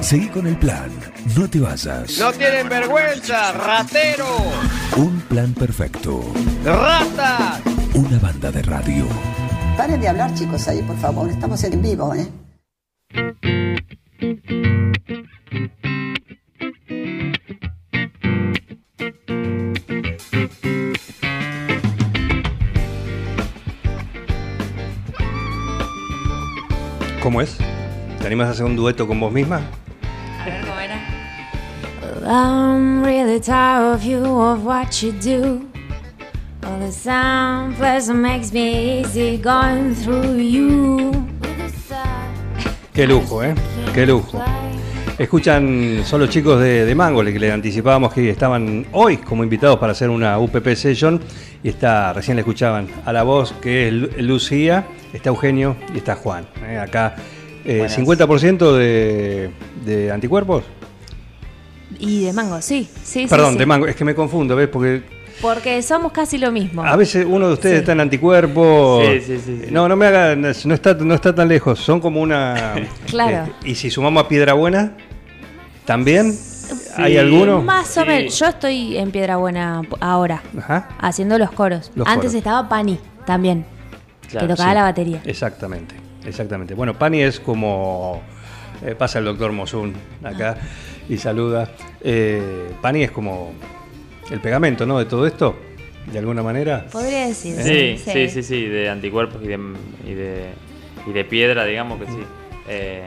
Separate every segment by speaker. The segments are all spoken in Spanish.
Speaker 1: Seguí con el plan. No te vayas.
Speaker 2: No tienen vergüenza, ratero,
Speaker 1: Un plan perfecto.
Speaker 2: rata.
Speaker 1: Una banda de radio.
Speaker 3: Paren de hablar, chicos, ahí, por favor. Estamos en vivo, ¿eh?
Speaker 4: ¿Cómo es? ¿Te animas a hacer un dueto con vos misma?
Speaker 5: A ver cómo era.
Speaker 6: I'm really tired of you, of what you do. All the sound pleasure makes me easy going through you.
Speaker 4: Qué lujo, ¿eh? Qué lujo. Escuchan, son los chicos de, de Mango, que les anticipábamos que estaban hoy como invitados para hacer una UPP Session. Y está, recién la escuchaban a la voz que es Lu- Lucía, está Eugenio y está Juan. ¿eh? Acá, eh, 50% de, de anticuerpos.
Speaker 6: Y de mango, sí, sí, sí,
Speaker 4: Perdón,
Speaker 6: sí.
Speaker 4: de Mango, es que me confundo, ¿ves? Porque
Speaker 6: Porque somos casi lo mismo.
Speaker 4: A veces uno de ustedes está en anticuerpos.
Speaker 7: Sí, sí, sí, sí.
Speaker 4: No, no me hagan. No está, no está tan lejos. Son como una.
Speaker 6: Claro.
Speaker 4: Eh, y si sumamos a Piedra Buena, ¿también? ¿Hay alguno?
Speaker 6: Más o
Speaker 7: Sí.
Speaker 6: menos. Yo estoy en Piedra Buena p- ahora,
Speaker 4: Ajá.
Speaker 6: haciendo los coros.
Speaker 4: Los
Speaker 6: Antes
Speaker 4: coros.
Speaker 6: estaba Pani también,
Speaker 7: Claro,
Speaker 6: que tocaba
Speaker 4: sí.
Speaker 6: la batería.
Speaker 4: Exactamente, exactamente. Bueno, Pani es como. eh, pasa el doctor Mosun acá
Speaker 6: Ah.
Speaker 4: y saluda. Eh, Pani es como el pegamento, ¿no? De todo esto, de alguna manera.
Speaker 6: Podría decir.
Speaker 7: Sí, sí, sí, sí, de anticuerpos y de, y de, y de piedra, digamos que sí. Eh,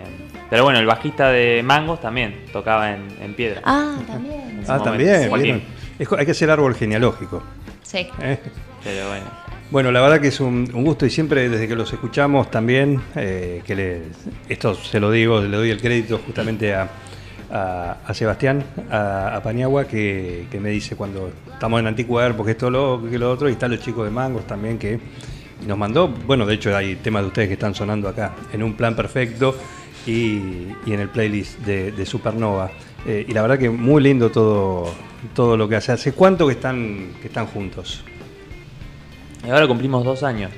Speaker 7: pero bueno, el bajista de Mangos también tocaba en, en piedra.
Speaker 6: Ah, también.
Speaker 4: Ah,
Speaker 7: momento,
Speaker 4: también.
Speaker 7: Joaquín.
Speaker 4: vieron. Es co- hay que hacer árbol genealógico.
Speaker 5: Sí.
Speaker 4: ¿eh?
Speaker 7: Pero bueno,
Speaker 4: Bueno, la verdad que es un, un gusto y siempre desde que los escuchamos también, eh, que les- esto se lo digo, le doy el crédito justamente a, a- a Sebastián, a, a Paniagua, que, que me dice cuando estamos en Anticuerpos, que esto, lo, que lo otro, y están los chicos de Mangos también que nos mandó, bueno, de hecho hay temas de ustedes que están sonando acá, en un plan perfecto y, y en el playlist de, de Supernova. Eh, y la verdad que muy lindo todo, todo lo que hace. ¿Hace cuánto que están, que están juntos?
Speaker 7: y ahora cumplimos dos años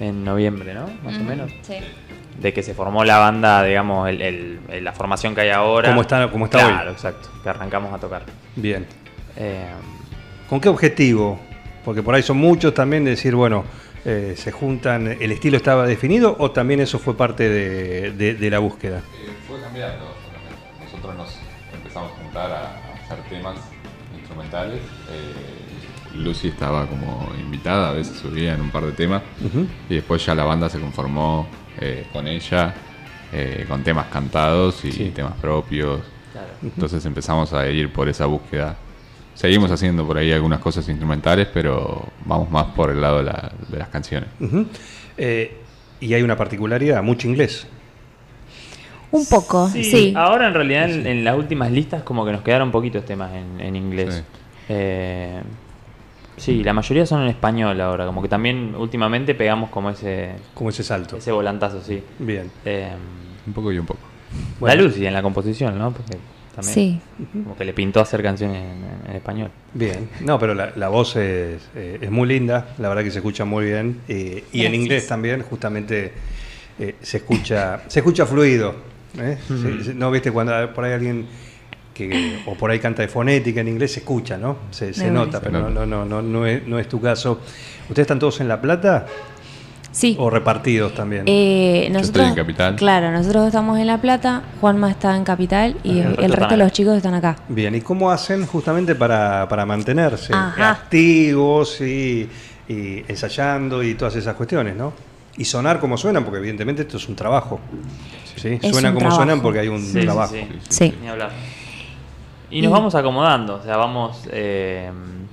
Speaker 7: en noviembre, ¿no? Más o
Speaker 5: Ujú,
Speaker 7: menos.
Speaker 5: Sí.
Speaker 7: De que se formó la banda, digamos, el- el- el- la formación que hay ahora.
Speaker 4: Como está- como está
Speaker 7: claro,
Speaker 4: hoy.
Speaker 7: exacto. Que arrancamos a tocar.
Speaker 4: Bien.
Speaker 7: Eh,
Speaker 4: ¿Con qué objetivo? Porque por ahí son muchos también de decir, bueno, eh, se juntan, ¿el estilo estaba definido o también eso fue parte de, de- de la búsqueda?
Speaker 8: Eh, fue cambiando. obviamente. Nosotros nos empezamos a juntar a, a hacer temas instrumentales. eh, Lucy estaba como invitada, a veces subía en un par de temas. Y después ya la banda se conformó eh, con ella, eh, con temas cantados y temas propios. Entonces empezamos a ir por esa búsqueda. Seguimos haciendo por ahí algunas cosas instrumentales, pero vamos más por el lado de, la- de las canciones.
Speaker 4: Ujú. Eh, y hay una particularidad, mucho inglés.
Speaker 6: Un poco, sí.
Speaker 7: Sí, ahora en realidad en, en las últimas listas como que nos quedaron poquitos temas en, en inglés.
Speaker 8: Sí.
Speaker 7: Eh, sí, la mayoría son en español ahora, como que también últimamente pegamos como ese,
Speaker 4: como ese salto?
Speaker 7: ese volantazo, sí.
Speaker 4: Bien.
Speaker 7: Eh,
Speaker 8: Un poco y un poco.
Speaker 7: La Lucy en la composición, ¿no? Porque también
Speaker 6: Sí.
Speaker 7: como que le pintó hacer canciones en, en- en español.
Speaker 4: Bien. No, pero la, la voz es, eh, es muy linda, la verdad que se escucha muy bien. eh, y en inglés también, justamente, eh, se escucha se escucha fluido. ¿eh? Se- se- no, viste, cuando por ahí alguien que o por ahí canta de fonética en inglés, se escucha, ¿no? Se, se
Speaker 6: Me
Speaker 4: nota,
Speaker 8: parece.
Speaker 4: pero no, no, no, no, no es, no es tu caso. ¿Ustedes están todos en La Plata
Speaker 6: Sí.
Speaker 4: o repartidos también?
Speaker 6: Eh, nosotros,
Speaker 8: estoy en Capital.
Speaker 6: Claro, nosotros estamos en La Plata, Juanma está en Capital y
Speaker 7: Ah,
Speaker 6: el,
Speaker 7: el resto están
Speaker 6: resto de
Speaker 7: acá.
Speaker 6: los chicos están acá.
Speaker 4: Bien, ¿y cómo hacen justamente para, para mantenerse
Speaker 6: Ajá.
Speaker 4: activos y, y ensayando y todas esas cuestiones, ¿no? Y sonar como suenan, porque evidentemente esto es un trabajo. ¿sí?
Speaker 6: Es
Speaker 4: Suenan como
Speaker 6: un trabajo.
Speaker 4: suenan porque hay un
Speaker 7: Sí, sí,
Speaker 4: trabajo.
Speaker 7: sí.
Speaker 6: Sí.
Speaker 7: Ni hablar. Y nos vamos acomodando, o sea, vamos... eh,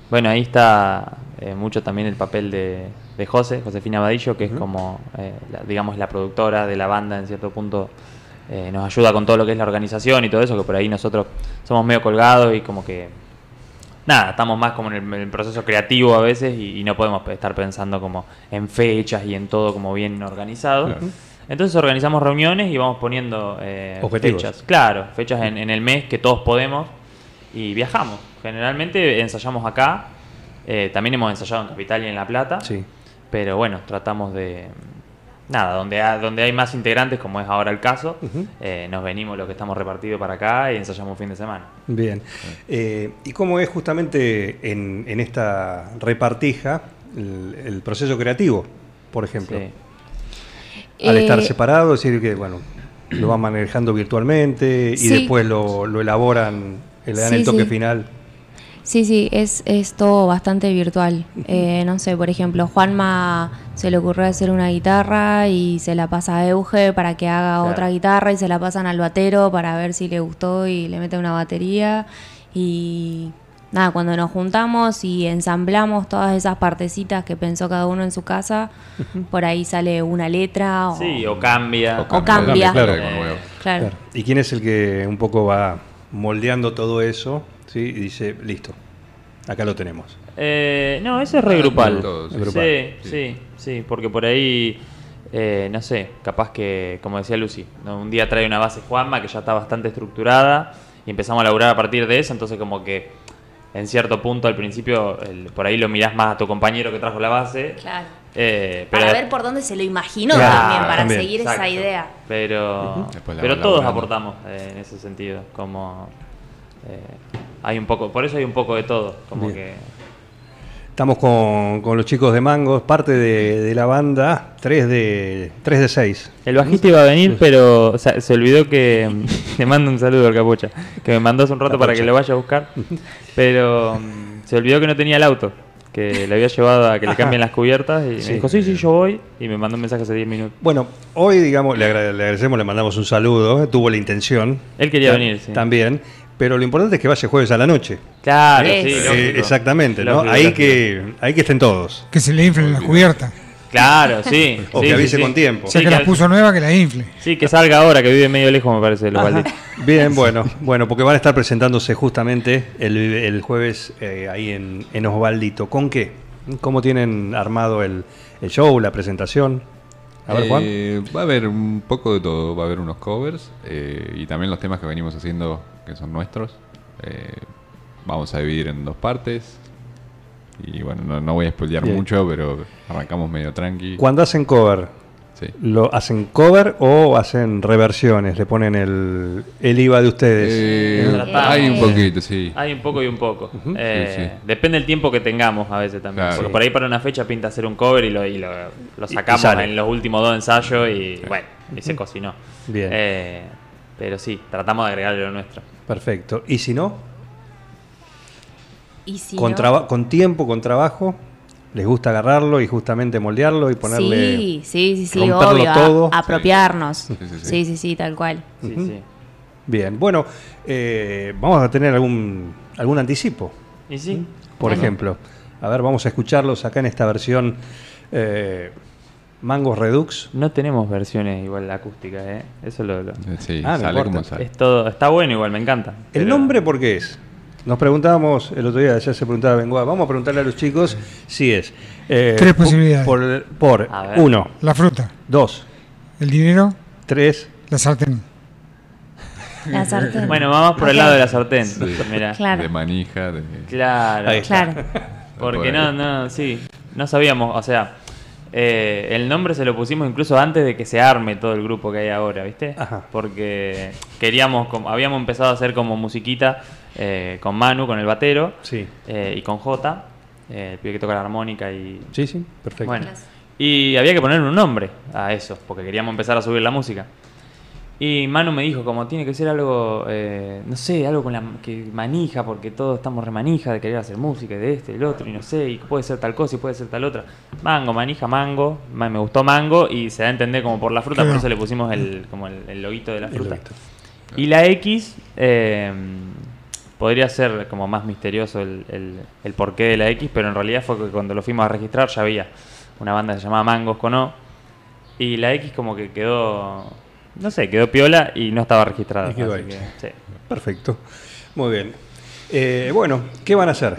Speaker 7: bueno, ahí está eh, mucho también el papel de, de José, Josefina Badillo, que es como, eh, la- digamos, la productora de la banda en cierto punto. eh, nos ayuda con todo lo que es la organización y todo eso, que por ahí nosotros somos medio colgados y como que... Nada, estamos más como en el, en el proceso creativo a veces y, y no podemos estar pensando como en fechas y en todo como bien organizado. Entonces organizamos reuniones y vamos poniendo eh,
Speaker 4: Objetivos.
Speaker 7: fechas. Claro, fechas en, en el mes que todos podemos y viajamos. Generalmente ensayamos acá, eh, también hemos ensayado en Capital y en La Plata,
Speaker 4: Sí.
Speaker 7: pero bueno, tratamos de, nada, donde, ha- donde hay más integrantes, como es ahora el caso, eh, nos venimos los que estamos repartidos para acá y ensayamos un fin de semana.
Speaker 4: Bien. Eh, ¿Y cómo es justamente en, en esta repartija el, el proceso creativo, por ejemplo?
Speaker 7: Sí.
Speaker 4: Al
Speaker 6: Eh,
Speaker 4: estar separado, es decir, que bueno, lo van manejando virtualmente y
Speaker 6: Sí.
Speaker 4: después lo, lo elaboran, le dan el
Speaker 9: Sí,
Speaker 4: toque
Speaker 9: sí.
Speaker 4: final.
Speaker 9: Sí, sí, es, es todo bastante virtual. Eh, no sé, por ejemplo, Juanma se le ocurrió hacer una guitarra y se la pasa a Euge para que haga
Speaker 7: Claro.
Speaker 9: otra guitarra y se la pasan al batero para ver si le gustó y le mete una batería. Y nada, cuando nos juntamos y ensamblamos todas esas partecitas que pensó cada uno en su casa, por ahí sale una letra o...
Speaker 7: Sí, o cambia.
Speaker 9: O cambia.
Speaker 8: Claro,
Speaker 7: Eh,
Speaker 8: con huevo.
Speaker 9: Claro.
Speaker 4: Claro. ¿Y quién es el que un poco va moldeando todo eso? ¿sí? Y dice, listo, acá lo tenemos.
Speaker 7: Eh, no, eso es
Speaker 8: Ah,
Speaker 7: re
Speaker 8: de
Speaker 7: grupal.
Speaker 8: todos,
Speaker 7: Sí,
Speaker 4: sí. Grupal.
Speaker 7: sí, sí, porque por ahí, eh, no sé, capaz que, como decía Lucy, ¿no? un día trae una base Juanma que ya está bastante estructurada y empezamos a laburar a partir de eso, entonces como que en cierto punto al principio el- por ahí lo mirás más a tu compañero que trajo la base.
Speaker 6: Claro.
Speaker 7: eh, pero-
Speaker 6: Para ver por dónde se lo imaginó
Speaker 7: Claro,
Speaker 6: también, para
Speaker 4: también,
Speaker 6: seguir esa
Speaker 7: exacto.
Speaker 6: idea.
Speaker 7: Pero,
Speaker 8: Después la
Speaker 7: pero
Speaker 8: van
Speaker 7: todos
Speaker 8: laburando.
Speaker 7: aportamos eh, en ese sentido, como... eh, hay un poco, por eso hay un poco de todo, como
Speaker 4: Bien.
Speaker 7: que...
Speaker 4: Estamos con, con los chicos de Mangos, parte de, de la banda, 3 de, 3 de 6.
Speaker 7: El bajista iba a venir, pero o sea, se olvidó que. Te mando un saludo al capocha. Que me mandó hace un rato para que lo vaya a buscar. Pero mm, se olvidó que no tenía el auto. Que le había llevado a que le cambien las cubiertas. Y
Speaker 4: Sí.
Speaker 7: me dijo, sí, sí, yo voy. Y me mandó un mensaje hace 10 minutos.
Speaker 4: Bueno, hoy, digamos, le, agra- le agradecemos, le mandamos un saludo, eh, tuvo la intención.
Speaker 7: Él quería
Speaker 4: Ta-
Speaker 7: venir, sí.
Speaker 4: También, pero lo importante es que vaya jueves a la noche.
Speaker 7: Claro,
Speaker 6: Es-
Speaker 7: sí.
Speaker 6: Eh,
Speaker 4: Eh,
Speaker 7: lógico.
Speaker 4: exactamente, ¿no?
Speaker 7: Lógico,
Speaker 4: ahí,
Speaker 7: lógico.
Speaker 4: Que, ahí que estén todos.
Speaker 10: Que se le inflen la cubierta.
Speaker 7: Claro, sí.
Speaker 4: O
Speaker 7: sí,
Speaker 4: que
Speaker 7: sí,
Speaker 4: avise
Speaker 7: sí.
Speaker 4: con tiempo.
Speaker 10: O
Speaker 4: Sí,
Speaker 10: sea, que la puso nueva, que la infle.
Speaker 7: Sí, que salga ahora, que vive medio lejos, me parece, de los Valdés.
Speaker 4: Ah. Bien, bueno, bueno, porque van a estar presentándose justamente el, el jueves eh, ahí en, en Osvaldito. ¿Con qué? ¿Cómo tienen armado el, el show, la presentación? A ver, Juan.
Speaker 8: Eh, va a haber un poco de todo. Va a haber unos covers eh, y también los temas que venimos haciendo que son nuestros. Eh, vamos a dividir en dos partes. Y bueno, no, no voy a spoilear
Speaker 4: Bien.
Speaker 8: mucho, pero arrancamos medio tranqui.
Speaker 4: Cuando hacen cover,
Speaker 8: Sí.
Speaker 4: ¿lo hacen cover o hacen reversiones? ¿Le ponen el, el IVA de ustedes? Ah,
Speaker 8: Eh,
Speaker 7: Tratamos.
Speaker 8: hay un poquito, sí.
Speaker 7: Hay un poco y un poco. Eh,
Speaker 8: Sí, sí.
Speaker 7: Depende del tiempo que tengamos a veces también.
Speaker 8: Claro.
Speaker 7: Porque por ahí para una fecha pinta hacer un cover y lo, y lo, lo
Speaker 4: Y- y
Speaker 7: sacamos
Speaker 4: sale.
Speaker 7: en los últimos dos ensayos y bueno, y se cocinó.
Speaker 4: Bien.
Speaker 7: Eh, pero sí, tratamos de agregarle lo nuestro.
Speaker 4: Perfecto. ¿Y si no?
Speaker 9: Y si
Speaker 4: con,
Speaker 9: no-
Speaker 4: traba- con tiempo, con trabajo, les gusta agarrarlo y justamente moldearlo y ponerle...
Speaker 9: Sí, sí, sí, sí,
Speaker 4: romperlo
Speaker 9: obvio, a-
Speaker 4: todo.
Speaker 9: apropiarnos. Sí
Speaker 8: sí,
Speaker 9: sí
Speaker 8: sí.
Speaker 9: sí. tal cual.
Speaker 7: Sí, sí.
Speaker 4: Bien, bueno, eh, vamos a tener algún, algún anticipo,
Speaker 7: Y sí.
Speaker 4: por ejemplo. A ver, vamos a escucharlos acá en esta versión eh, Mangos Redux.
Speaker 7: No tenemos versiones igual acústicas, ¿eh? Eso lo. lo-
Speaker 8: Sí,
Speaker 4: Ah, no
Speaker 8: sale
Speaker 4: importa.
Speaker 8: como sale.
Speaker 7: Es todo, está bueno igual, me encanta.
Speaker 4: ¿El
Speaker 7: Pero-
Speaker 4: nombre por qué es? Nos preguntábamos el otro día, ya se preguntaba Bengoa, vamos a preguntarle a los chicos si es... eh,
Speaker 10: Tres
Speaker 4: po-
Speaker 10: posibilidades.
Speaker 4: Por, por
Speaker 7: A ver.
Speaker 4: uno,
Speaker 10: La fruta,
Speaker 4: dos,
Speaker 10: el dinero,
Speaker 4: tres...
Speaker 10: la sartén.
Speaker 9: La sartén.
Speaker 7: Bueno, vamos por el lado de la sartén. Mirá.
Speaker 9: Claro.
Speaker 8: De manija, de...
Speaker 7: Claro.
Speaker 4: Ahí está.
Speaker 9: Claro.
Speaker 7: Porque
Speaker 8: Bueno.
Speaker 7: no, no, sí, no sabíamos, o sea, eh, el nombre se lo pusimos incluso antes de que se arme todo el grupo que hay ahora, ¿viste?
Speaker 4: Ajá.
Speaker 7: Porque queríamos, como- habíamos empezado a hacer como musiquita eh, con Manu, con el batero,
Speaker 4: Sí.
Speaker 7: eh, y con Jota, eh, el pibe que toca la armónica y...
Speaker 4: Sí, sí, perfecto.
Speaker 7: Bueno, y había que ponerle un nombre a eso, porque queríamos empezar a subir la música. Y Manu me dijo, como tiene que ser algo, eh, no sé, algo con la que manija, porque todos estamos remanija de querer hacer música, y de este, del otro, y no sé, y puede ser tal cosa y puede ser tal otra. Mango, manija, mango, ma- me gustó mango, y se da a entender como por la fruta, por
Speaker 10: Claro.
Speaker 7: eso le pusimos el, como el, el loguito de la
Speaker 4: El
Speaker 7: fruta.
Speaker 4: loguito.
Speaker 7: Y la X, eh, podría ser como más misterioso el, el, el porqué de la X, pero en realidad fue que cuando lo fuimos a registrar ya había una banda que se llamaba Mangos con O, y la X como que quedó, no sé, quedó piola y no estaba registrada.
Speaker 4: Y quedó
Speaker 7: así
Speaker 4: ahí.
Speaker 7: que, sí.
Speaker 4: Perfecto. Muy bien. Eh, bueno, ¿qué van a hacer?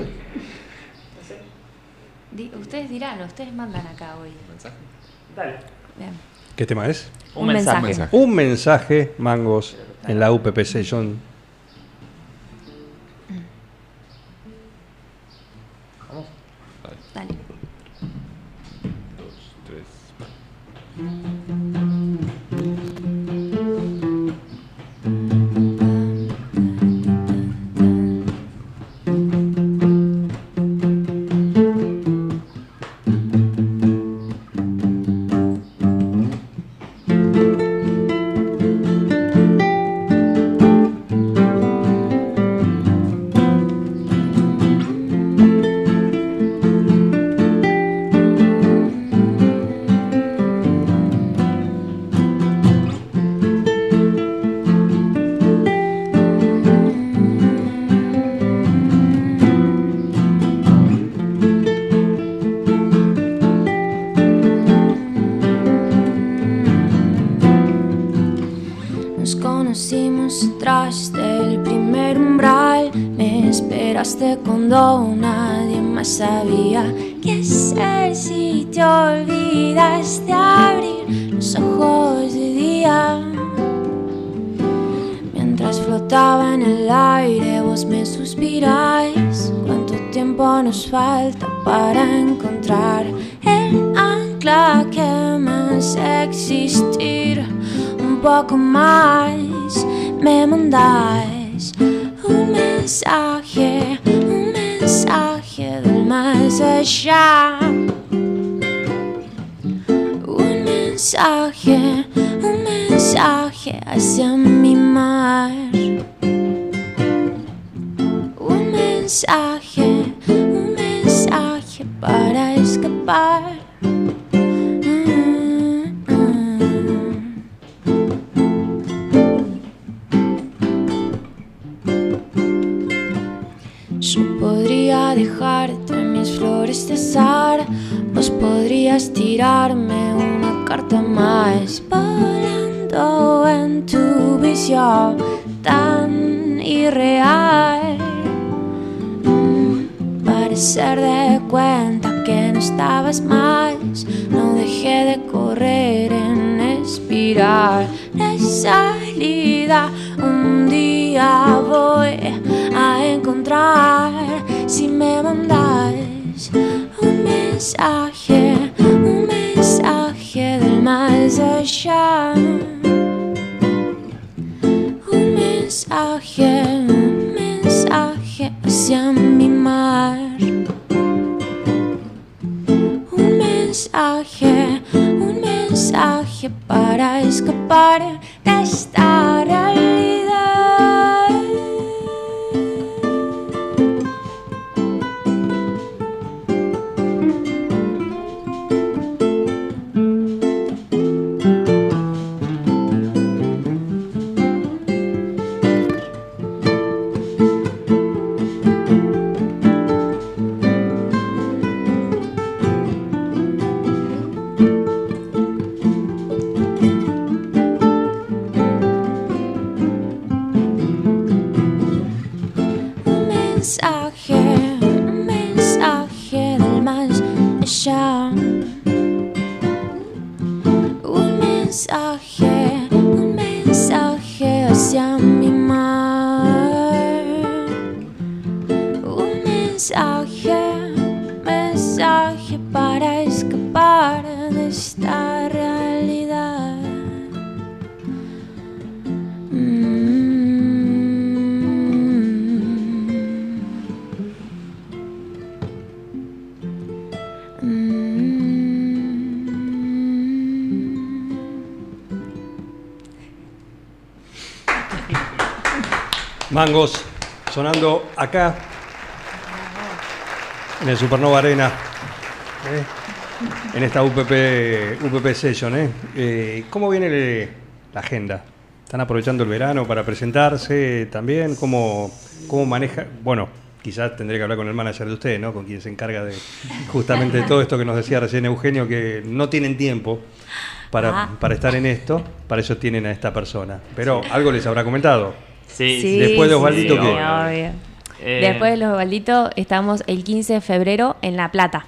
Speaker 6: Di- ustedes dirán, ustedes mandan acá hoy. Bien.
Speaker 4: ¿Qué tema es?
Speaker 7: Un mensaje.
Speaker 8: Un mensaje.
Speaker 4: Un mensaje, Mangos, en la UPP Session.
Speaker 6: Dale.
Speaker 8: Tres.
Speaker 6: Caímos tras del primer umbral, me esperaste cuando nadie más sabía qué hacer si te olvidaste abrir los ojos de día. Mientras flotaba en el aire, vos me suspiráis. ¿Cuánto tiempo nos falta para encontrar el ancla que me hace existir? Un poco más me mandáis un mensaje, un mensaje del más allá. Un mensaje, un mensaje hacia mi mar. Un mensaje, un mensaje para escapar. Mm, mm. Yo podría dejarte mis flores de azar, vos podrías tirarme una carta más volando en tu visión tan irreal. Mm, Parecer de cuenta que no estabas más, no dejé de correr en espiral. La salida un día voy a encontrar si me mandas un mensaje, un mensaje del más allá. Un mensaje, un mensaje hacia mi mar. Un mensaje, un mensaje para escapar de esta realidad. Un mensaje, un mensaje del más allá. Un mensaje, un mensaje hacia mi mar. Un mensaje, mensaje para escapar de esta realidad. Mm.
Speaker 4: Mangos sonando acá en el Supernova Arena. ¿eh? En esta UPP, UPP Session. ¿eh? Eh, cómo viene el- la agenda? ¿Están aprovechando el verano para presentarse también? ¿Cómo, cómo maneja? Bueno, quizás tendré que hablar con el manager de ustedes, ¿no? Con quien se encarga de justamente de todo esto que nos decía recién Eugenio, que no tienen tiempo para,
Speaker 9: Ah.
Speaker 4: para estar en esto. Para eso tienen a esta persona. Pero algo les habrá comentado.
Speaker 7: Sí,
Speaker 9: Sí,
Speaker 4: Después de Osvaldito,
Speaker 9: sí,
Speaker 4: ¿qué?
Speaker 9: obvio.
Speaker 7: Eh,
Speaker 9: Después de los Osvaldito, estamos el 15 de febrero en La Plata.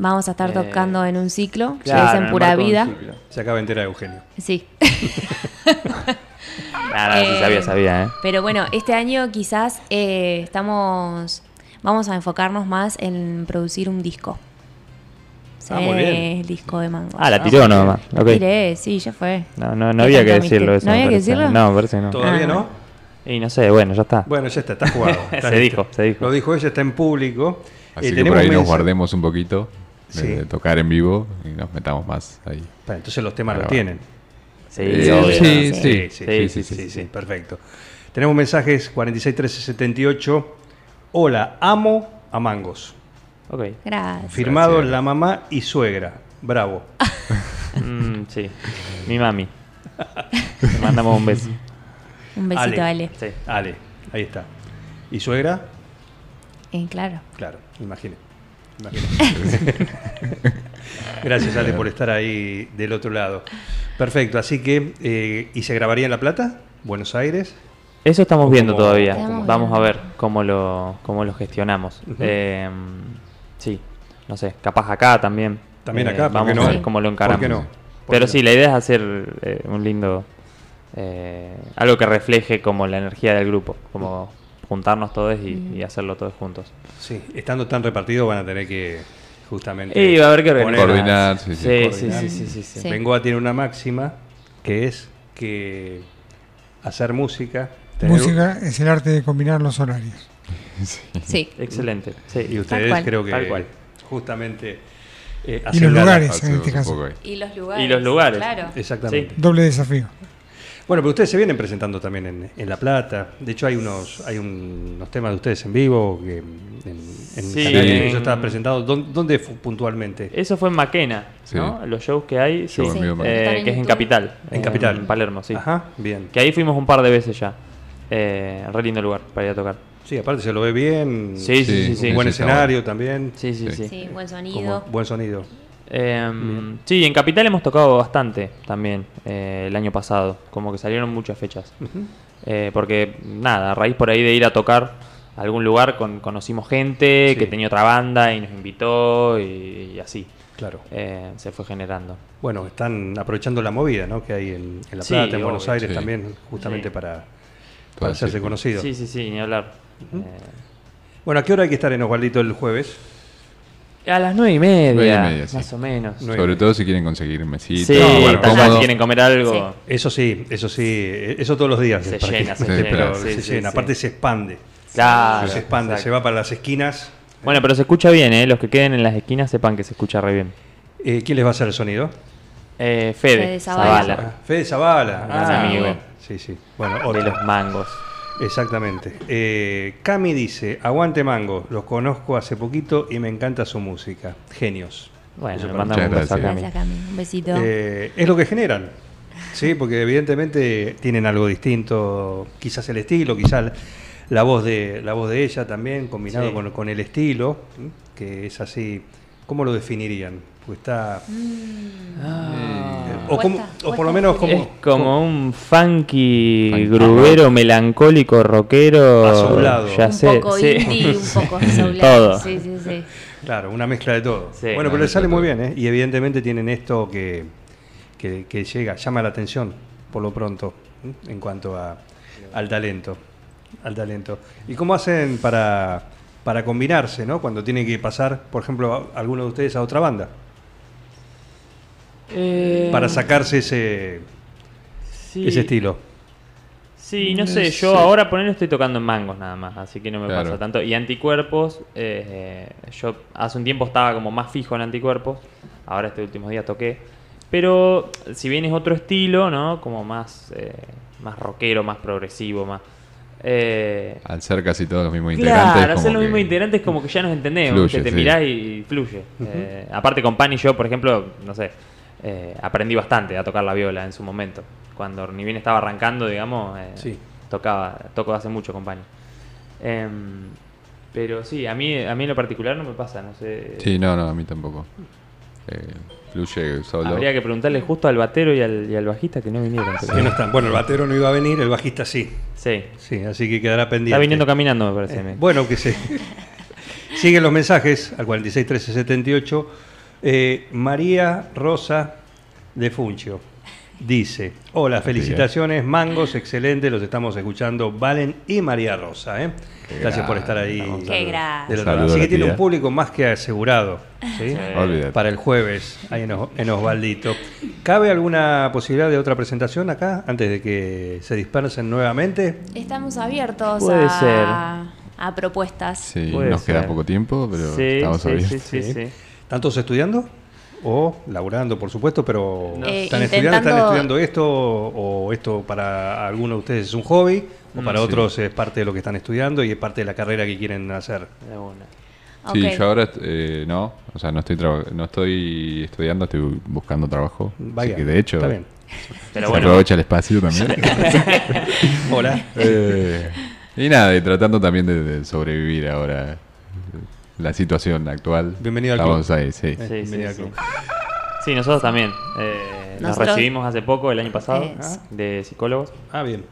Speaker 9: Vamos a estar
Speaker 7: Eh,
Speaker 9: tocando en un ciclo, que
Speaker 7: claro,
Speaker 9: es
Speaker 7: en
Speaker 9: en
Speaker 7: el
Speaker 9: pura
Speaker 7: marco de un
Speaker 9: vida.
Speaker 7: ciclo.
Speaker 4: Se acaba de enterar Eugenio.
Speaker 9: Sí.
Speaker 7: Nah, nah, Ah, sí
Speaker 9: Eh,
Speaker 7: sabía, sabía, ¿eh?
Speaker 9: Pero bueno, este año quizás eh, estamos. Vamos a enfocarnos más en producir un disco. Se
Speaker 4: Ah, muy
Speaker 9: ve
Speaker 4: bien.
Speaker 9: el disco de mango.
Speaker 7: Ah, la tiró nomás. ok. Ah.
Speaker 9: Tiré, sí, ya fue.
Speaker 7: No, no, no había que
Speaker 9: Exactamente.
Speaker 7: decirlo eso.
Speaker 9: ¿No
Speaker 7: me
Speaker 9: había que
Speaker 7: parece.
Speaker 9: decirlo?
Speaker 7: No, me parece que no.
Speaker 4: ¿Todavía
Speaker 9: Ah.
Speaker 4: no?
Speaker 7: Y no sé, bueno, ya está.
Speaker 4: Bueno, ya está, está jugado. Está
Speaker 7: Se
Speaker 4: listo.
Speaker 7: dijo, se dijo.
Speaker 4: Lo dijo ella, está en público.
Speaker 8: Así
Speaker 4: Eh,
Speaker 8: que por ahí nos
Speaker 4: mensa-
Speaker 8: guardemos un poquito de,
Speaker 4: Sí.
Speaker 8: de tocar en vivo y nos metamos más ahí.
Speaker 4: Bueno, entonces los temas
Speaker 8: Pero
Speaker 4: los
Speaker 8: bueno.
Speaker 4: tienen.
Speaker 7: Sí,
Speaker 8: Eh,
Speaker 7: obvio.
Speaker 8: sí,
Speaker 4: sí,
Speaker 8: sí.
Speaker 4: sí, sí, sí, sí, perfecto. Tenemos mensajes 461378. Hola, amo a mangos.
Speaker 7: Ok.
Speaker 9: Gracias.
Speaker 4: Firmado
Speaker 8: Gracias.
Speaker 4: la mamá y suegra. Bravo.
Speaker 7: Mm, sí. Mi mami. Te mandamos un beso.
Speaker 9: Un besito, Ale.
Speaker 7: Sí.
Speaker 4: Ale, ahí está. ¿Y suegra?
Speaker 9: Eh, claro.
Speaker 4: Claro, imagine. imagine. Gracias, Ale, por estar ahí del otro lado. Perfecto, así que, eh, ¿y se grabaría en La Plata? Buenos Aires.
Speaker 7: Eso estamos
Speaker 4: ¿O
Speaker 7: viendo
Speaker 4: cómo-
Speaker 7: todavía.
Speaker 4: o
Speaker 9: cómo-
Speaker 7: Vamos a ver cómo lo, cómo lo gestionamos.
Speaker 4: Ujú.
Speaker 7: Eh, sí, no sé, capaz acá también.
Speaker 4: También
Speaker 7: Eh,
Speaker 4: acá, ¿por
Speaker 7: vamos
Speaker 4: qué no?
Speaker 7: a ver cómo lo
Speaker 4: ¿Por qué
Speaker 7: encaramos.
Speaker 4: no? ¿Por qué
Speaker 7: Pero
Speaker 4: no?
Speaker 7: sí, la idea es hacer eh, un lindo. eh, algo que refleje como la energía del grupo, como juntarnos todos y, y hacerlo todos juntos.
Speaker 4: Sí, estando tan repartido van a tener que justamente...
Speaker 7: Y va a haber que
Speaker 4: poner-
Speaker 7: organizar.
Speaker 8: Coordinar, sí, sí.
Speaker 7: sí, sí,
Speaker 4: Coordinar.
Speaker 7: sí, sí, sí, sí.
Speaker 9: Sí.
Speaker 4: Bengoa tiene una máxima que es que hacer música... tener-
Speaker 10: Música es el arte de combinar los horarios.
Speaker 9: Sí.
Speaker 7: Excelente. Sí.
Speaker 4: Y ustedes
Speaker 9: cual.
Speaker 4: creo que
Speaker 7: Tal cual.
Speaker 4: justamente... eh,
Speaker 10: Y los
Speaker 4: hacen gala.
Speaker 10: lugares, en
Speaker 8: Hace
Speaker 10: este
Speaker 8: un
Speaker 10: caso.
Speaker 8: poco ahí.
Speaker 9: Y los lugares.
Speaker 7: Y los lugares.
Speaker 9: Claro.
Speaker 4: Exactamente.
Speaker 10: Doble desafío.
Speaker 4: Bueno, pero ustedes se vienen presentando también en, en La Plata. De hecho, hay unos hay un- unos temas de ustedes en vivo que en, en
Speaker 7: Sí. Eh.
Speaker 4: canales que yo estaba presentado. ¿Dónde, dónde fu- puntualmente?
Speaker 7: Eso fue en Maquena,
Speaker 8: Sí.
Speaker 7: ¿no? Los shows que hay, sí,
Speaker 8: Shows en vivo en
Speaker 7: eh,
Speaker 9: Maquena.
Speaker 7: que es en Capital.
Speaker 4: en Capital.
Speaker 7: En Palermo, sí.
Speaker 4: Ajá, bien.
Speaker 7: Que ahí fuimos un par de veces ya. Eh, re lindo lugar para ir a tocar.
Speaker 4: Sí, aparte se lo ve bien.
Speaker 7: Sí, sí, sí, sí.
Speaker 4: Un buen
Speaker 8: Sí, está
Speaker 4: escenario también.
Speaker 7: Sí, sí, sí.
Speaker 8: Sí.
Speaker 9: Sí, buen
Speaker 4: Como
Speaker 9: sonido.
Speaker 4: buen sonido.
Speaker 7: Em, sí, en Capital hemos tocado bastante también eh, el año pasado. Como que salieron muchas fechas. Eh, porque, nada, a raíz por ahí de ir a tocar a algún lugar, con- conocimos gente
Speaker 4: Sí.
Speaker 7: que tenía otra banda y nos invitó y, y así.
Speaker 4: Claro.
Speaker 7: Eh, se fue generando.
Speaker 4: Bueno, están aprovechando la movida ¿no? que hay en, en La
Speaker 7: Sí,
Speaker 4: Plata, en Buenos
Speaker 7: obvio.
Speaker 4: Aires
Speaker 8: Sí.
Speaker 4: también, justamente
Speaker 7: Sí.
Speaker 4: para,
Speaker 8: Todo
Speaker 4: para
Speaker 8: el
Speaker 4: hacerse
Speaker 8: circo.
Speaker 4: conocido.
Speaker 7: Sí, sí, sí, ni hablar. Eh,
Speaker 4: Bueno, ¿a qué hora hay que estar en Osvaldito el jueves?
Speaker 7: A las nueve y media,
Speaker 8: Nueve y media, sí.
Speaker 7: más o menos.
Speaker 4: Nueve.
Speaker 8: Sobre todo si quieren conseguir
Speaker 7: Sí,
Speaker 8: mesitas,
Speaker 4: No,
Speaker 8: lugar
Speaker 4: bueno,
Speaker 7: tal vez
Speaker 8: cómodo.
Speaker 7: si quieren comer algo.
Speaker 4: Eso sí, eso sí, eh, eso todos los días.
Speaker 7: Se
Speaker 4: eh, para
Speaker 7: llena,
Speaker 4: que-
Speaker 7: se llena,
Speaker 4: pero
Speaker 7: sí,
Speaker 4: se
Speaker 7: sí,
Speaker 4: llena.
Speaker 7: sí.
Speaker 4: Aparte se expande.
Speaker 7: Claro,
Speaker 4: se expande,
Speaker 7: Ah, exacto.
Speaker 4: se va para las esquinas.
Speaker 7: Bueno, pero se escucha bien, ¿eh? Los que queden en las esquinas sepan que se escucha re bien.
Speaker 4: Eh, ¿Quién les va a hacer el sonido?
Speaker 7: Eh, Fede,
Speaker 9: Fede Zavala.
Speaker 7: Zavala,
Speaker 4: Ah, Fede Zavala. Ah,
Speaker 7: Gran amigo. Ah,
Speaker 4: bueno. Sí, sí. Bueno,
Speaker 7: de
Speaker 4: otro.
Speaker 7: los mangos.
Speaker 4: Exactamente. Eh, Cami dice, aguante mango, los conozco hace poquito y me encanta su música. Genios.
Speaker 7: Bueno,
Speaker 4: Eso
Speaker 7: le
Speaker 4: para-
Speaker 7: mandamos un beso a
Speaker 8: gracias.
Speaker 7: Cami.
Speaker 9: Gracias, Cami. Un besito.
Speaker 4: Eh, es lo que generan. Sí, porque evidentemente tienen algo distinto, quizás el estilo, quizás la voz de la voz de ella también combinado
Speaker 7: Sí.
Speaker 4: con, con el estilo, ¿m? que es así, ¿cómo lo definirían? Pues está o,
Speaker 9: Mm. Ah. Cuesta,
Speaker 4: cómo- o por lo
Speaker 9: cuesta
Speaker 4: menos
Speaker 7: Es
Speaker 4: como
Speaker 7: como un funky,
Speaker 8: Funky.
Speaker 7: grubero, melancólico, rockero.
Speaker 4: Asoulado.
Speaker 7: Ya
Speaker 9: un
Speaker 7: sé.
Speaker 9: poco
Speaker 7: sí.
Speaker 9: indie, un poco
Speaker 7: Todo.
Speaker 9: soulado. Sí, sí, sí.
Speaker 4: Claro, una mezcla de todo.
Speaker 7: Sí,
Speaker 4: bueno,
Speaker 7: una
Speaker 4: pero le
Speaker 8: mezcla
Speaker 4: sale
Speaker 8: de
Speaker 4: muy
Speaker 8: todo.
Speaker 4: bien, ¿eh? Y evidentemente tienen esto que, que, que llega, llama la atención, por lo pronto, ¿m? en cuanto a, al talento. Al talento. ¿Y cómo hacen para, para combinarse, ¿no? Cuando tienen que pasar, por ejemplo, a- alguno de ustedes a otra banda.
Speaker 7: Eh,
Speaker 4: Para sacarse ese,
Speaker 7: sí.
Speaker 4: ese estilo.
Speaker 7: Sí, no
Speaker 8: No
Speaker 7: sé, yo
Speaker 8: sé.
Speaker 7: ahora por ahora estoy tocando en mangos nada más, así que no me
Speaker 8: Claro.
Speaker 7: pasa tanto. Y anticuerpos, eh, yo hace un tiempo estaba como más fijo en anticuerpos, ahora este último día toqué. Pero si bien es otro estilo, ¿no? Como más, eh, más rockero, más progresivo, más... eh,
Speaker 8: Al ser casi todos los mismos integrantes.
Speaker 7: Claro,
Speaker 8: como
Speaker 7: hacer los
Speaker 8: que-
Speaker 7: mismos integrantes como que ya nos entendemos,
Speaker 8: Fluye,
Speaker 7: ¿viste? te
Speaker 8: sí.
Speaker 7: mirás y, y fluye. Eh, aparte con Pan y yo, por ejemplo, no sé, eh, aprendí bastante a tocar la viola en su momento. Cuando ni bien estaba arrancando, digamos, eh,
Speaker 4: Sí.
Speaker 7: tocaba, toco hace mucho con Pani. Em, pero sí, a mí, a mí en lo particular no me pasa, no sé.
Speaker 8: Sí, no, no, a mí tampoco. Eh, fluye solo.
Speaker 7: Habría que preguntarle justo al batero y al, y al bajista que no vinieron. pero-
Speaker 4: Que Ah, no están. Bueno, el batero no iba a venir, el bajista sí.
Speaker 7: Sí.
Speaker 4: Sí, así que quedará pendiente.
Speaker 7: Está viniendo caminando, me parece. a mí.
Speaker 4: Eh, bueno, que se. Siguen los mensajes al 46 13 78. Eh, María Rosa de Funchio dice: Hola,
Speaker 8: Así es.
Speaker 4: felicitaciones, mangos, excelente, los estamos escuchando, Valen y María Rosa. ¿eh?
Speaker 8: Qué
Speaker 4: Gracias por
Speaker 8: grande,
Speaker 4: estar ahí.
Speaker 8: vamos,
Speaker 9: Qué grande.
Speaker 4: del otro lado.
Speaker 8: Saludos
Speaker 4: Así
Speaker 8: a
Speaker 4: que
Speaker 8: la
Speaker 4: tiene
Speaker 8: tía.
Speaker 4: un público más que asegurado. ¿sí?
Speaker 8: Olvídate.
Speaker 4: Para el jueves, ahí en, Os- en Osvaldito. ¿Cabe alguna posibilidad de otra presentación acá antes de que se dispersen nuevamente?
Speaker 9: Estamos abiertos
Speaker 7: Puede
Speaker 9: a,
Speaker 7: ser.
Speaker 9: a propuestas.
Speaker 8: Sí,
Speaker 7: Puede
Speaker 8: nos queda
Speaker 7: ser.
Speaker 8: poco tiempo, pero estamos
Speaker 7: sí,
Speaker 8: abiertos.
Speaker 7: sí, sí, sí, sí.
Speaker 4: ¿Están todos estudiando? O laburando, por supuesto, pero
Speaker 7: No.
Speaker 9: Eh,
Speaker 4: ¿están, estudiando, ¿están
Speaker 9: intentando-
Speaker 4: estudiando esto? ¿O esto para algunos de ustedes es un hobby?
Speaker 7: Mm,
Speaker 4: ¿O para
Speaker 8: sí.
Speaker 4: otros es parte de lo que están estudiando y es parte de la carrera que quieren hacer?
Speaker 7: De una.
Speaker 9: Ok.
Speaker 8: Sí, yo ahora eh, no, o sea, no estoy, traba- no estoy estudiando, estoy buscando trabajo.
Speaker 4: Vaya,
Speaker 8: así que de hecho,
Speaker 4: Está bien.
Speaker 7: Pero
Speaker 8: se
Speaker 7: bueno,
Speaker 8: aprovecha el espacio también.
Speaker 4: Hola.
Speaker 8: Eh, y nada, y tratando también de, de sobrevivir ahora eh, la situación actual.
Speaker 4: Bienvenido al
Speaker 8: Estamos
Speaker 4: club.
Speaker 8: ahí, sí.
Speaker 7: Sí, sí,
Speaker 4: Bienvenido al
Speaker 7: sí.
Speaker 4: club.
Speaker 7: Sí, nosotros también. Eh, nos
Speaker 9: Nosotros-
Speaker 7: recibimos hace poco, el año pasado,
Speaker 9: Es.
Speaker 7: de psicólogos.
Speaker 4: Ah, bien.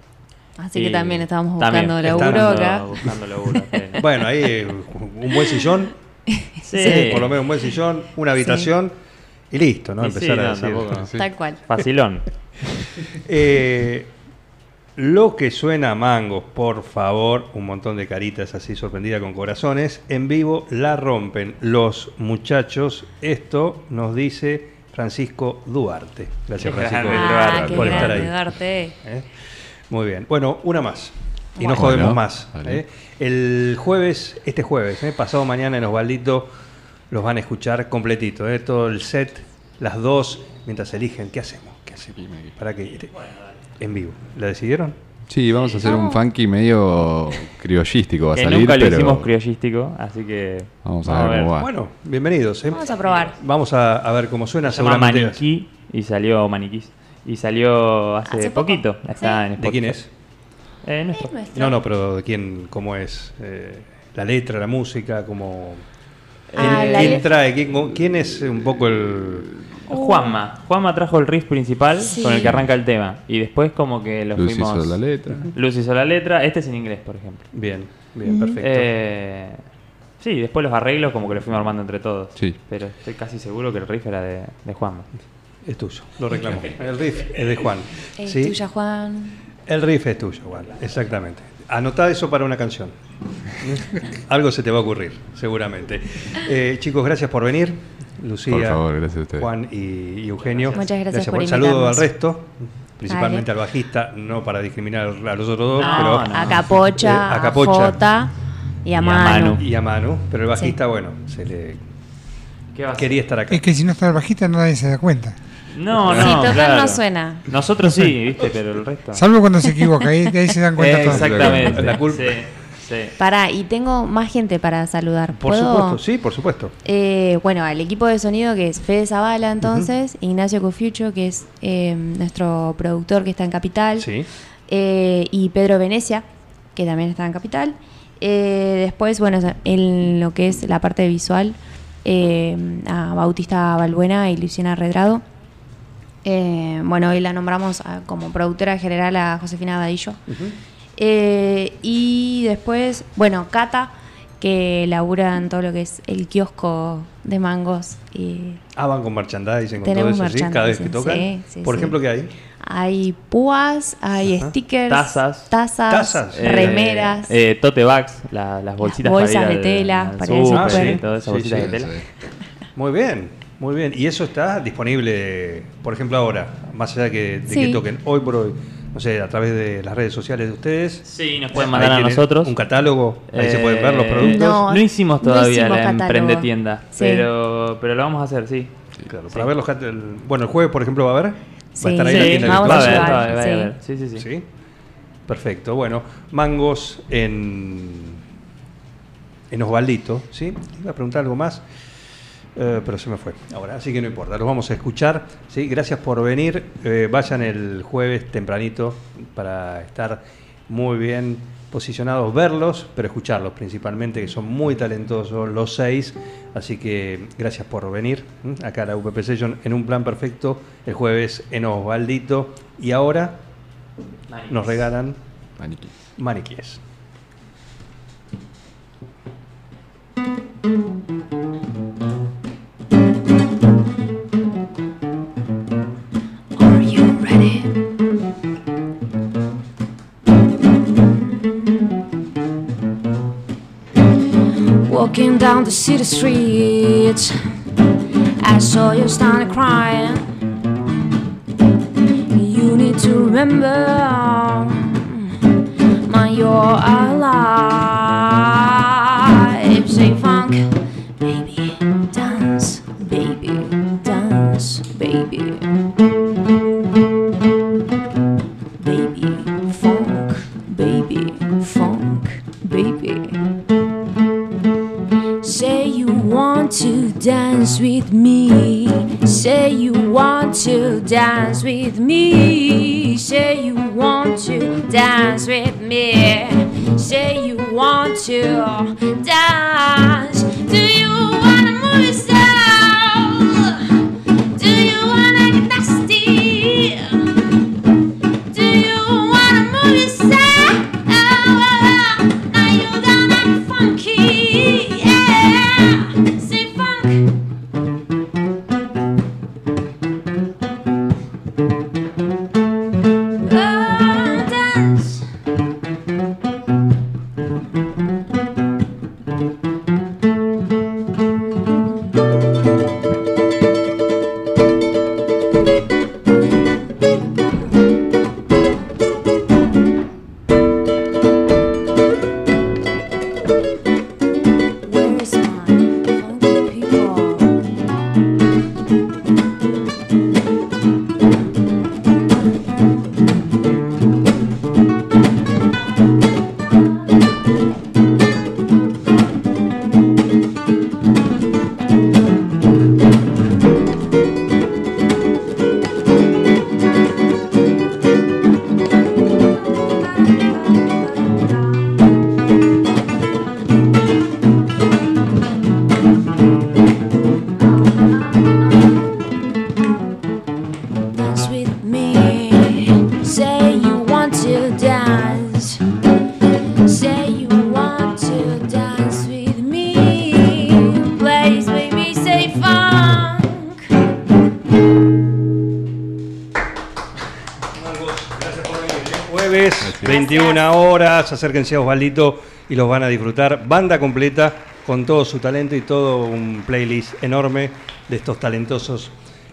Speaker 9: Así
Speaker 7: Y
Speaker 9: que también estábamos
Speaker 7: también
Speaker 9: buscando
Speaker 7: estamos
Speaker 9: laburo acá.
Speaker 7: Buscando laburo. sí.
Speaker 4: Bueno, ahí eh, un buen sillón,
Speaker 7: Sí.
Speaker 4: por lo menos un buen sillón, una habitación y listo, ¿no?
Speaker 7: Y sí,
Speaker 4: Empezar a
Speaker 7: no,
Speaker 4: decir.
Speaker 7: tampoco.
Speaker 8: Sí.
Speaker 9: Tal cual.
Speaker 7: Facilón.
Speaker 4: Eh, lo que suena a mangos, por favor, un montón de caritas así sorprendidas con corazones. En vivo la rompen los muchachos. Esto nos dice Francisco Duarte. Gracias,
Speaker 7: Qué
Speaker 4: Francisco,
Speaker 7: grande,
Speaker 9: Ah,
Speaker 7: Duarte,
Speaker 9: qué
Speaker 4: por estar
Speaker 9: grande,
Speaker 4: ahí.
Speaker 9: Duarte.
Speaker 4: ¿eh? Muy bien. Bueno, una más. Y no
Speaker 8: Bueno.
Speaker 4: jodemos
Speaker 8: Bueno,
Speaker 4: más.
Speaker 8: vale.
Speaker 4: ¿eh? El jueves, este jueves, ¿eh? pasado mañana en Osvaldito, los van a escuchar completito. ¿eh? Todo el set, las dos, mientras eligen qué hacemos. ¿Qué hacemos?
Speaker 8: Dime, dime.
Speaker 4: Para que en vivo. ¿La decidieron?
Speaker 8: Sí, vamos a hacer un funky medio criollístico. Va a
Speaker 7: que
Speaker 8: salir,
Speaker 7: nunca lo
Speaker 8: pero
Speaker 7: hicimos criollístico, así que.
Speaker 8: Vamos a ver cómo va.
Speaker 4: Bueno, bienvenidos. ¿eh?
Speaker 9: Vamos a probar.
Speaker 4: Vamos a, a ver cómo suena.
Speaker 7: Se llama
Speaker 4: seguramente-
Speaker 7: Maniquí y salió Maniquís. Y salió hace,
Speaker 9: Hace poco.
Speaker 7: poquito. Está en
Speaker 4: ¿De quién
Speaker 7: Spotify.
Speaker 4: es?
Speaker 7: Eh, nuestro.
Speaker 4: No, no, pero ¿de quién? ¿Cómo es? Eh, la letra, la música, cómo...
Speaker 7: Eh,
Speaker 9: Ah,
Speaker 4: ¿Quién-
Speaker 9: la
Speaker 4: quién
Speaker 9: letra.
Speaker 4: trae? ¿Quién, con- quién es un poco el...?
Speaker 7: Eh, Juanma. Juanma trajo el riff principal
Speaker 9: Sí.
Speaker 7: con el que arranca el tema. Y después, como que lo
Speaker 8: Luz
Speaker 7: fuimos.
Speaker 8: hizo la letra.
Speaker 7: Luz hizo la letra. Este es en inglés, por ejemplo.
Speaker 4: Bien,
Speaker 9: Mm.
Speaker 4: bien, perfecto.
Speaker 7: Eh, sí, después los arreglos, como que lo fuimos armando entre todos.
Speaker 8: Sí.
Speaker 7: Pero estoy casi seguro que el riff era de, de Juanma.
Speaker 4: es tuyo, lo reclamo. El riff es de Juan.
Speaker 9: Es
Speaker 4: ¿sí?
Speaker 9: eh, tuya, Juan.
Speaker 4: El riff es tuyo, Juan, exactamente. Anotá eso para una canción. Algo se te va a ocurrir, seguramente. Eh, chicos, gracias por venir. Lucía,
Speaker 8: Por favor, gracias a ustedes.
Speaker 4: Juan y, y Eugenio.
Speaker 9: Muchas gracias
Speaker 4: por,
Speaker 9: por
Speaker 4: el saludo al
Speaker 9: invitarnos.
Speaker 4: resto, principalmente
Speaker 9: Dale.
Speaker 4: al bajista, no para discriminar a los otros dos,
Speaker 7: No,
Speaker 4: pero
Speaker 7: no.
Speaker 9: Ah, A Capocha,
Speaker 4: Eh, a
Speaker 9: a,
Speaker 4: Capocha.
Speaker 9: Jota y
Speaker 7: Y a
Speaker 9: a Manu.
Speaker 7: Manu.
Speaker 4: y a Manu, pero el bajista, bueno, se le
Speaker 7: ¿Qué va a hacer?
Speaker 4: quería estar acá.
Speaker 10: Es que si no está el bajista nadie se da cuenta.
Speaker 7: No, no.
Speaker 9: Sí, total
Speaker 7: claro.
Speaker 9: no suena.
Speaker 7: Nosotros sí, viste, pero el resto.
Speaker 10: Salvo cuando se equivoca, ahí, ahí se dan cuenta
Speaker 7: Eh,
Speaker 10: todos.
Speaker 7: exactamente.
Speaker 4: La culpa.
Speaker 7: Sí, sí.
Speaker 9: Pará, y tengo más gente para saludar.
Speaker 4: Por
Speaker 9: ¿Puedo?
Speaker 4: supuesto, sí, por supuesto.
Speaker 9: Eh, bueno, al equipo de sonido que es Fede Zavala entonces, Ignacio Cofiucho que es eh, nuestro productor que está en Capital,
Speaker 4: Sí.
Speaker 9: eh, y Pedro Venecia que también está en Capital. Eh, después, bueno, en lo que es la parte visual, eh, a Bautista Balbuena y Luciana Redrado. Eh, bueno, hoy la nombramos a- como productora general a Josefina Badillo. Eh, y después, bueno, Cata, que labura en todo lo que es el kiosco de mangos. Y
Speaker 4: Ah, van con merchandising, con
Speaker 9: Tenemos
Speaker 4: todo eso, ¿sí? Cada vez que
Speaker 9: merchandising,
Speaker 4: tocan.
Speaker 9: sí, sí,
Speaker 4: por
Speaker 9: sí.
Speaker 4: ejemplo, ¿qué hay?
Speaker 9: hay púas, hay
Speaker 4: Ajá.
Speaker 9: stickers,
Speaker 7: Tazas.
Speaker 9: tazas,
Speaker 4: Tazas.
Speaker 7: Eh,
Speaker 9: remeras.
Speaker 7: eh, tote bags, la- las bolsitas
Speaker 9: bolsas
Speaker 7: para ir
Speaker 9: de
Speaker 7: al-
Speaker 9: tela,
Speaker 7: al
Speaker 9: para ir al
Speaker 7: súper,
Speaker 4: súper.
Speaker 7: sí, todas esas
Speaker 4: Sí,
Speaker 7: bolsitas
Speaker 4: sí,
Speaker 7: de tela.
Speaker 4: Muy bien, muy bien. Y eso está disponible, por ejemplo, ahora, más allá que, de que
Speaker 9: Sí.
Speaker 4: toquen hoy por hoy, no sé, a través de las redes sociales de ustedes.
Speaker 7: Sí, nos pueden
Speaker 4: Ahí
Speaker 7: mandar a
Speaker 4: tienen
Speaker 7: nosotros.
Speaker 4: Un catálogo, ahí se pueden ver los
Speaker 7: Eh,
Speaker 4: productos.
Speaker 7: No,
Speaker 9: No, no
Speaker 7: hicimos todavía
Speaker 9: hicimos
Speaker 7: la
Speaker 9: catálogo.
Speaker 7: emprende tienda,
Speaker 9: Sí.
Speaker 7: pero, pero lo vamos a hacer, sí.
Speaker 4: Claro, para ver los cat- el- Bueno, el jueves, por ejemplo, va a haber.
Speaker 9: Sí.
Speaker 4: Va a estar ahí
Speaker 9: Sí,
Speaker 4: la tienda
Speaker 9: vamos
Speaker 7: Va a
Speaker 4: virtual.
Speaker 7: ver,
Speaker 9: llevar,
Speaker 7: va a ver, va a
Speaker 9: sí.
Speaker 7: ver. Sí, sí, sí.
Speaker 4: Sí. Perfecto. Bueno, mangos en. En Osvaldito, ¿sí? Iba a preguntar algo más, eh, pero se me fue ahora, así que no importa, los vamos a escuchar, ¿sí? Gracias por venir, eh, vayan el jueves tempranito para estar muy bien posicionados, verlos, pero escucharlos principalmente, que son muy talentosos los seis, así que gracias por venir ¿m? acá a la UPP Session en un plan perfecto, el jueves en Osvaldito, y ahora nos regalan
Speaker 8: Maniquí.
Speaker 4: maniquíes.
Speaker 6: Are you ready? Walking down the city streets, I saw you standing crying. You need to remember, man, you're alive. Say funk, baby, dance, baby, dance, baby baby funk, baby funk, baby. Say you want to dance with me. Say you want to dance with me. Say you want to dance with me. Say you want to dance. Do you wanna move yourself? Do you wanna get nasty? Oh,
Speaker 4: jueves, 21 horas. Acérquense a Osvaldito y los van a disfrutar. Banda completa con todo su talento y todo un playlist enorme de estos talentosos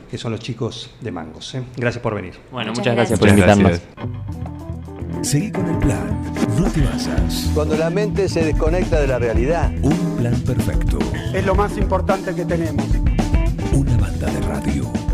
Speaker 4: que son los chicos de Mangos. ¿eh? Gracias por venir.
Speaker 7: Bueno,
Speaker 9: Muchas
Speaker 7: muchas gracias,
Speaker 9: gracias.
Speaker 7: por
Speaker 8: Muchas
Speaker 7: invitarnos.
Speaker 8: gracias.
Speaker 1: Seguí con el plan. No te basas.
Speaker 11: Cuando la mente se desconecta de la realidad.
Speaker 1: Un plan perfecto.
Speaker 12: Es lo más importante que tenemos.
Speaker 1: Una banda de radio.